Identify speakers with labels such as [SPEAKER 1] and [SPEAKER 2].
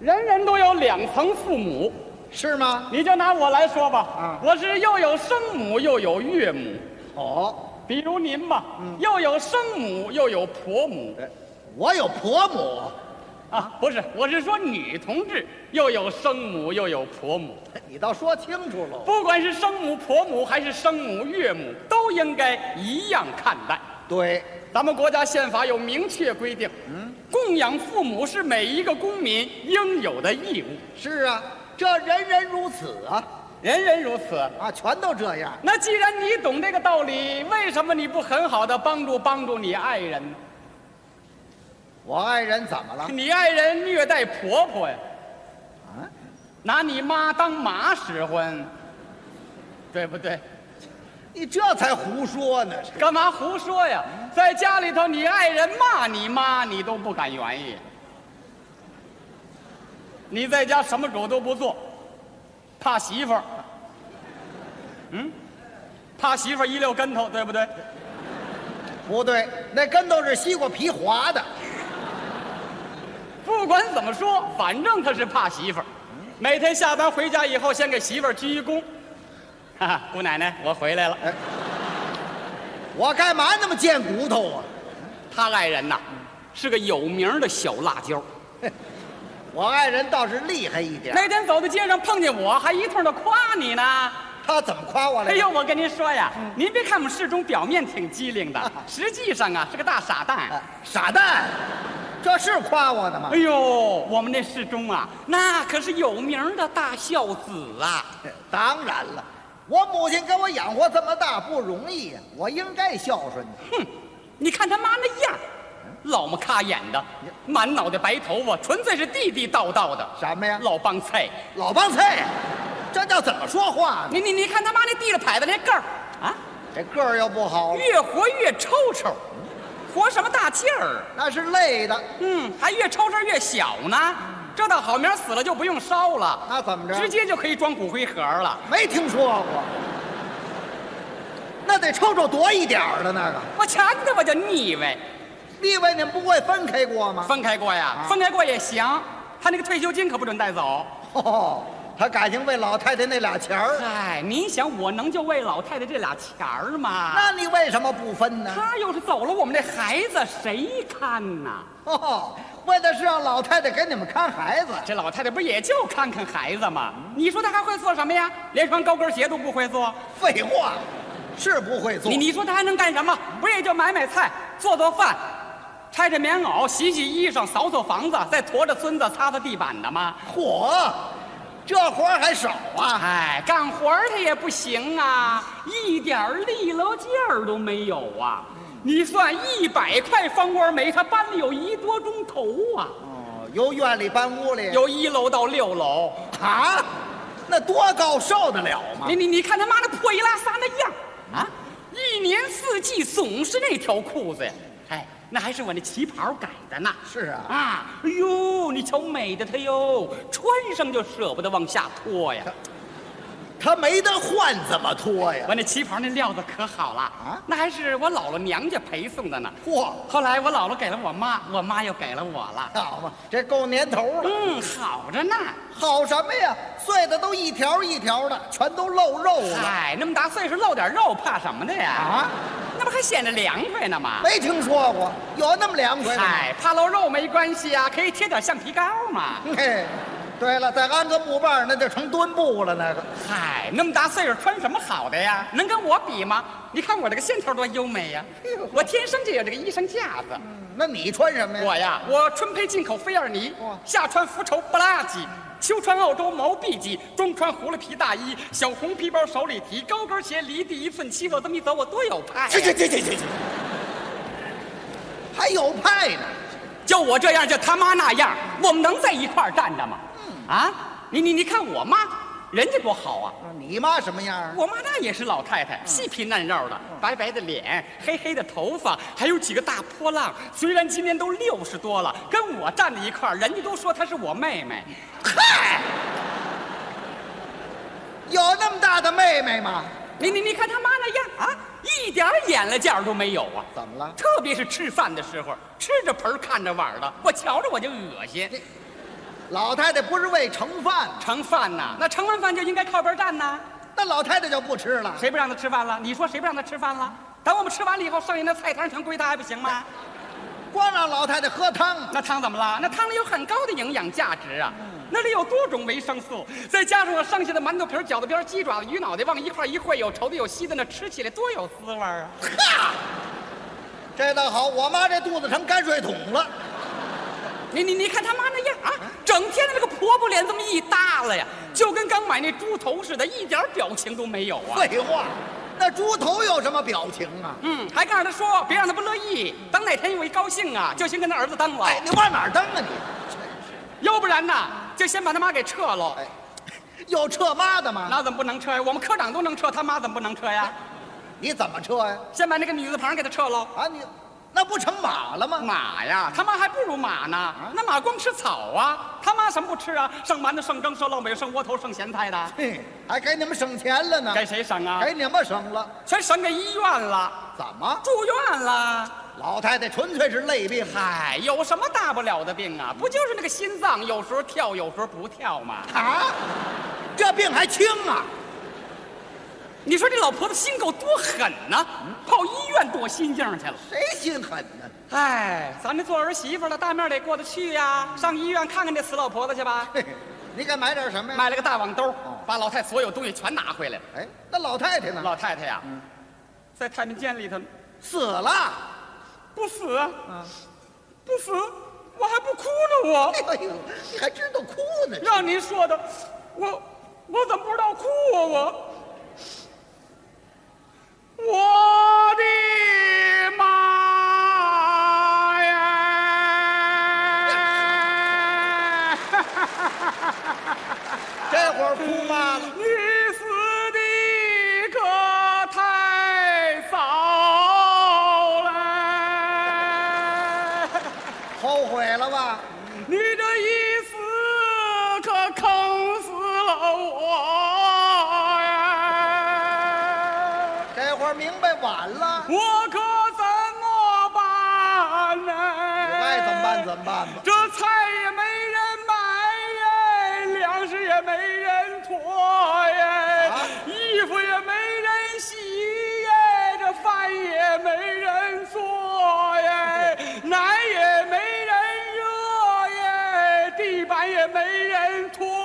[SPEAKER 1] 人人都有两层父母，
[SPEAKER 2] 是吗？
[SPEAKER 1] 你就拿我来说吧，
[SPEAKER 2] 啊
[SPEAKER 1] 我是又有生母又有岳母，
[SPEAKER 2] 哦，
[SPEAKER 1] 比如您吧，又有生母又有婆母
[SPEAKER 2] 我有婆母，
[SPEAKER 1] 啊，不是，我是说女同志又有生母又有婆母，
[SPEAKER 2] 你倒说清楚喽。
[SPEAKER 1] 不管是生母、婆母还是生母、岳母，都应该一样看待。
[SPEAKER 2] 对，
[SPEAKER 1] 咱们国家宪法有明确规定，供养父母是每一个公民应有的义务，
[SPEAKER 2] 是啊，这人人如此啊，
[SPEAKER 1] 人人如此。
[SPEAKER 2] 啊，全都这样。
[SPEAKER 1] 那既然你懂这个道理，为什么你不很好的帮助帮助你爱人呢？
[SPEAKER 2] 我爱人怎么了？
[SPEAKER 1] 你爱人虐待婆婆呀，
[SPEAKER 2] 啊，
[SPEAKER 1] 拿你妈当马使唤，对不对？
[SPEAKER 2] 你这才胡说呢！
[SPEAKER 1] 干嘛胡说呀？在家里头，你爱人骂你妈，你都不敢原意。你在家什么主都不做，怕媳妇儿，嗯，怕媳妇儿一溜跟头，对不对？
[SPEAKER 2] 不对，那跟头是西瓜皮划的。
[SPEAKER 1] 不管怎么说，反正他是怕媳妇儿。每天下班回家以后，先给媳妇儿鞠一躬，哈哈，姑奶奶，我回来了。
[SPEAKER 2] 我干嘛那么贱骨头啊？
[SPEAKER 1] 他爱人呐，是个有名的小辣椒。
[SPEAKER 2] 我爱人倒是厉害一点。
[SPEAKER 1] 那天走在街上碰见我，还一通的夸你呢。
[SPEAKER 2] 他怎么夸我来
[SPEAKER 1] 哎
[SPEAKER 2] 着？
[SPEAKER 1] 呦，我跟您说呀，您别看我们世忠表面挺机灵 的，实际上啊是个大傻蛋
[SPEAKER 2] 啊。傻蛋，这是夸我的吗
[SPEAKER 1] 哎？呦，我们那世忠啊，那可是有名的大孝子啊。
[SPEAKER 2] 哎当然了，我母亲给我养活这么大不容易呀，我应该孝顺你。
[SPEAKER 1] 哼，你看他妈那样儿，老么卡眼的，满脑袋白头发，纯粹是地地道道的
[SPEAKER 2] 什么呀？
[SPEAKER 1] 老帮菜。
[SPEAKER 2] 老帮菜，啊这叫怎么说话呢？
[SPEAKER 1] 你你你看他妈那地了牌子那盖儿啊，
[SPEAKER 2] 这个儿又不好，
[SPEAKER 1] 越活越抽抽，活什么大劲儿？
[SPEAKER 2] 那是累的。
[SPEAKER 1] 嗯，还越抽抽越小呢。这倒好，明儿死了就不用烧了。
[SPEAKER 2] 那怎么着？
[SPEAKER 1] 直接就可以装骨灰盒了。
[SPEAKER 2] 没听说过。那得抽抽多一点儿的那个。
[SPEAKER 1] 我瞧你这我就腻歪。
[SPEAKER 2] 立位，你们不会分开过吗？
[SPEAKER 1] 分开过
[SPEAKER 2] 啊
[SPEAKER 1] 呀，分开过也行。他那个退休金可不准带走。
[SPEAKER 2] 哦，他感情为老太太那俩钱儿，
[SPEAKER 1] 哎，您想我能就为老太太这俩钱儿吗？
[SPEAKER 2] 那你为什么不分呢？
[SPEAKER 1] 他要是走了，我们这孩子谁看呐？
[SPEAKER 2] 哦，为的是让老太太给你们看孩子。
[SPEAKER 1] 这老太太不也就看看孩子吗？你说她还会做什么呀？连双高跟鞋都不会做。
[SPEAKER 2] 废话，是不会做
[SPEAKER 1] 你。你说她还能干什么？不也就买买菜、做做饭、拆拆棉袄、洗洗衣裳、扫扫房子，再驮着孙子擦擦地板的吗？
[SPEAKER 2] 嚯，这活儿还少啊！
[SPEAKER 1] 哎，干活儿他也不行啊，一点儿利落劲儿都没有啊！你算一百块方官煤，他搬了有一多钟头啊，
[SPEAKER 2] 哦，由院里搬屋里。
[SPEAKER 1] 由一楼到六楼。
[SPEAKER 2] 啊，那多高受得了吗
[SPEAKER 1] 你？你你看他妈那破衣拉撒那样儿啊，一年四季总是那条裤子呀！哎，那还是我那旗袍改的呢。
[SPEAKER 2] 是啊
[SPEAKER 1] 啊，哎呦，你瞧美的他哟，穿上就舍不得往下脱 呀。
[SPEAKER 2] 他没得换，怎么脱呀？
[SPEAKER 1] 我那旗袍那料子可好了
[SPEAKER 2] 啊
[SPEAKER 1] 那还是我姥姥娘家陪送的呢。
[SPEAKER 2] 嚯，
[SPEAKER 1] 后来我姥姥给了我妈，我妈又给了我了。
[SPEAKER 2] 好嘛，这够年头了。
[SPEAKER 1] 嗯，好着呢。
[SPEAKER 2] 好什么呀？碎的都一条一条的，全都露肉了
[SPEAKER 1] 嗨，那么大岁数露点肉，怕什么的呀？
[SPEAKER 2] 啊！
[SPEAKER 1] 那不还显得凉快呢吗？
[SPEAKER 2] 没听说过，有那么凉快的吗？
[SPEAKER 1] 嗨，怕露肉没关系啊，可以贴点橡皮膏嘛。
[SPEAKER 2] 嘿，对了，再安个木棒儿，那就成墩布了。那个
[SPEAKER 1] 嗨，那么大岁数穿什么好的呀？能跟我比吗？你看我这个线条多优美呀、
[SPEAKER 2] 哎呦
[SPEAKER 1] 我天生就有这个衣裳架子。
[SPEAKER 2] 嗯那你穿什么呀？
[SPEAKER 1] 我呀，我春配进口菲尔尼
[SPEAKER 2] 哇，
[SPEAKER 1] 夏穿福绸布拉吉，秋穿澳洲毛 B 级，冬穿狐狸皮大衣，小红皮包手里提，高跟鞋离地一寸七。我这么一走，我多有派、
[SPEAKER 2] 这这
[SPEAKER 1] 呀！
[SPEAKER 2] 这这这这，还有派呢？
[SPEAKER 1] 就我这样，就他妈那样，我们能在一块儿站着吗？啊，你你你看我妈，人家多好啊！
[SPEAKER 2] 你妈什么样啊？
[SPEAKER 1] 我妈那也是老太太，细皮嫩肉的，白白的脸，黑黑的头发，还有几个大波浪。虽然今年都六十多了，跟我站在一块儿，人家都说她是我妹妹。嗨。
[SPEAKER 2] 有那么大的妹妹吗？
[SPEAKER 1] 你你你看他妈那样啊，一点儿眼力见儿都没有啊！
[SPEAKER 2] 怎么了？
[SPEAKER 1] 特别是吃饭的时候，吃着盆儿看着碗儿的，我瞧着我就恶心。
[SPEAKER 2] 老太太不是为盛饭，
[SPEAKER 1] 盛饭呐，那盛完饭就应该靠边站呐。
[SPEAKER 2] 那老太太就不吃了。
[SPEAKER 1] 谁不让他吃饭了？你说谁不让他吃饭了？等我们吃完了以后，剩下那菜汤全归他不行吗？
[SPEAKER 2] 光让老太太喝汤，
[SPEAKER 1] 那汤怎么了？那汤里有很高的营养价值啊，那里有多种维生素，再加上我剩下的馒头皮儿、饺子边儿、鸡爪子、鱼脑袋往一块儿一烩，有稠的有稀的，那吃起来多有滋味儿啊！
[SPEAKER 2] 哈，这倒好，我妈这肚子成泔水桶了。
[SPEAKER 1] 你你你看他妈那样啊，整天的那个婆婆脸这么一耷拉呀，就跟刚买那猪头似的，一点表情都没有啊。
[SPEAKER 2] 废话，那猪头有什么表情啊？
[SPEAKER 1] 嗯，还告诉他说，别让他不乐意，等哪天我一高兴啊，就先跟他儿子蹬了，
[SPEAKER 2] 哎，你往哪儿蹬啊你？
[SPEAKER 1] 要不然呐，就先把他妈给撤喽。
[SPEAKER 2] 哎，有撤妈的吗？
[SPEAKER 1] 那怎么不能撤呀？我们科长都能撤，他妈怎么不能撤呀？
[SPEAKER 2] 你怎么撤呀、
[SPEAKER 1] 先把那个女字旁给他撤喽。
[SPEAKER 2] 啊？你那不成马了吗？
[SPEAKER 1] 马呀，他妈还不如马呢。那马光吃草啊，他妈什么不吃啊？剩馒头、剩蒸、剩烙饼、剩窝头、剩咸菜的，
[SPEAKER 2] 嘿，还给你们省钱了呢，
[SPEAKER 1] 给谁省啊？
[SPEAKER 2] 给你们省了。
[SPEAKER 1] 全省给医院了，
[SPEAKER 2] 怎么？
[SPEAKER 1] 住院了。
[SPEAKER 2] 老太太纯粹是累病啊！
[SPEAKER 1] 嗨，有什么大不了的病啊？不就是那个心脏有时候跳，有时候不跳吗？
[SPEAKER 2] 啊，这病还轻啊？
[SPEAKER 1] 你说这老婆子心够多狠呐，跑医院躲心镜去了。
[SPEAKER 2] 谁心狠呢？
[SPEAKER 1] 哎，咱这做儿媳妇了，大面得过得去呀。上医院看看这死老婆子去吧。
[SPEAKER 2] 嘿嘿，你给买点什么呀？
[SPEAKER 1] 买了个大网兜，把老太所有东西全拿回来了。
[SPEAKER 2] 哎，那老太太呢？
[SPEAKER 1] 老太太呀，在太平间里头
[SPEAKER 2] 死了。
[SPEAKER 1] 不死，啊不死，我还不哭呢，我
[SPEAKER 2] 哎呦，你还知道哭呢？
[SPEAKER 1] 让您说的，我我怎么不知道哭啊我？我的 妈呀！
[SPEAKER 2] 这会儿哭妈了。
[SPEAKER 1] 你死的可太早了，
[SPEAKER 2] 后悔了吧？
[SPEAKER 1] 你这一死可坑死了我呀！
[SPEAKER 2] 这会儿明白晚了，
[SPEAKER 1] 我可怎么办呢？
[SPEAKER 2] 该哎怎么办怎么办吧。
[SPEAKER 1] 这菜也没人买耶，粮食也没人驮耶，衣服也没人洗耶，这饭也没人做耶，奶也没人热耶，地板也没人拖